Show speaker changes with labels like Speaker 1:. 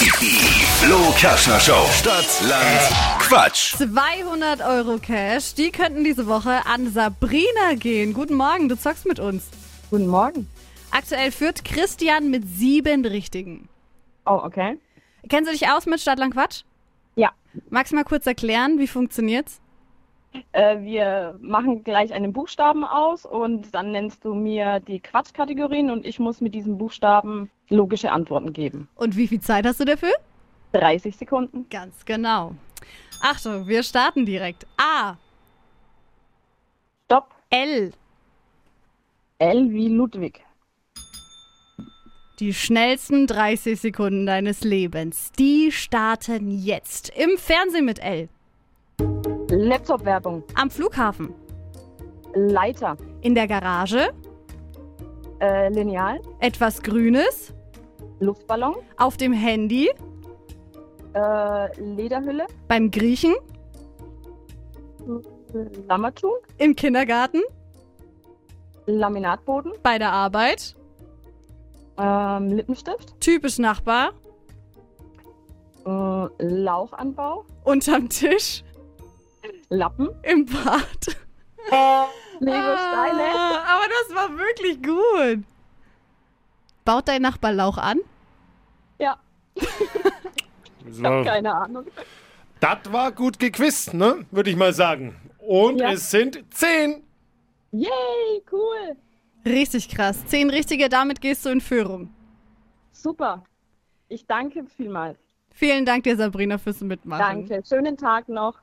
Speaker 1: Die Flo Kaschner Show. Stadt, Land, Quatsch.
Speaker 2: 200 Euro Cash, die könnten diese Woche an Sabrina gehen. Guten Morgen, du zockst mit uns.
Speaker 3: Guten Morgen.
Speaker 2: Aktuell führt Christian mit sieben Richtigen.
Speaker 3: Oh, okay.
Speaker 2: Kennst du dich aus mit Stadtland Quatsch?
Speaker 3: Ja.
Speaker 2: Magst du mal kurz erklären, wie funktioniert's?
Speaker 3: Äh, wir machen gleich einen Buchstaben aus und dann nennst du mir die Quatschkategorien und ich muss mit diesem Buchstaben logische Antworten geben.
Speaker 2: Und wie viel Zeit hast du dafür?
Speaker 3: 30 Sekunden.
Speaker 2: Ganz genau. Achtung, wir starten direkt. A,
Speaker 3: Stopp.
Speaker 2: L,
Speaker 3: L wie Ludwig.
Speaker 2: die schnellsten 30 Sekunden deines Lebens. Die starten jetzt. Im Fernsehen mit L,
Speaker 3: Laptop-Werbung.
Speaker 2: am Flughafen,
Speaker 3: Leiter.
Speaker 2: in der Garage,
Speaker 3: Äh, Lineal.
Speaker 2: etwas Grünes,
Speaker 3: Luftballon.
Speaker 2: auf dem Handy,
Speaker 3: Äh, Lederhülle.
Speaker 2: beim Griechen,
Speaker 3: Lammertun.
Speaker 2: im Kindergarten,
Speaker 3: Laminatboden.
Speaker 2: bei der Arbeit,
Speaker 3: Ähm, Lippenstift.
Speaker 2: typisch Nachbar,
Speaker 3: Äh, Lauchanbau.
Speaker 2: unterm Tisch,
Speaker 3: Lappen.
Speaker 2: im Bad.
Speaker 3: Lego-Steine.
Speaker 2: Ah, aber das war wirklich gut. Baut dein Nachbar Lauch an?
Speaker 3: Ja,
Speaker 4: Das
Speaker 3: ich habe
Speaker 4: war,
Speaker 3: keine Ahnung.
Speaker 4: das war gut gequist, ne? Würde ich mal sagen. Und
Speaker 3: Ja.
Speaker 4: es sind zehn.
Speaker 3: Yay, cool.
Speaker 2: Richtig krass. Zehn richtige, damit gehst du in Führung.
Speaker 3: Super. Ich danke vielmals.
Speaker 2: Vielen Dank dir, Sabrina, fürs Mitmachen.
Speaker 3: Danke. Schönen Tag noch.